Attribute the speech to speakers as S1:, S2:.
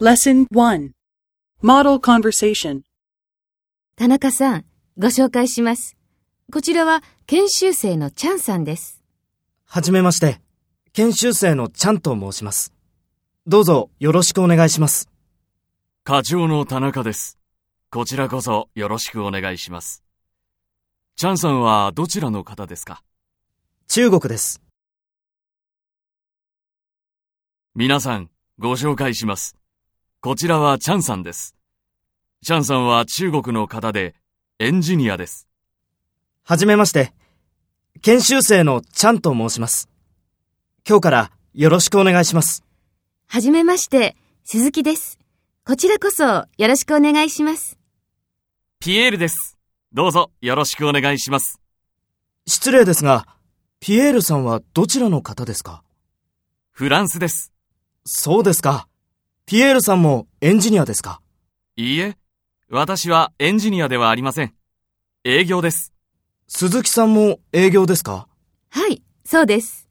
S1: Lesson 1 Model Conversation
S2: 田中さん、ご紹介します。こちらは研修生のチャンさんです。
S3: はじめまして。研修生のちゃんと申します。どうぞよろしくお願いします。
S4: 課長の田中です。こちらこそよろしくお願いします。チャンさんはどちらの方ですか
S3: 中国です。
S4: 皆さん、ご紹介します。こちらはチャンさんです。チャンさんは中国の方で、エンジニアです。
S3: はじめまして。研修生のちゃんと申します。今日からよろしくお願いします。
S2: はじめまして、鈴木です。こちらこそよろしくお願いします。
S4: ピエールです。どうぞよろしくお願いします。
S3: 失礼ですが、ピエールさんはどちらの方ですか
S4: フランスです。
S3: そうですか。ピエールさんもエンジニアですか
S4: いいえ、私はエンジニアではありません。営業です。
S3: 鈴木さんも営業ですか
S2: はい、そうです。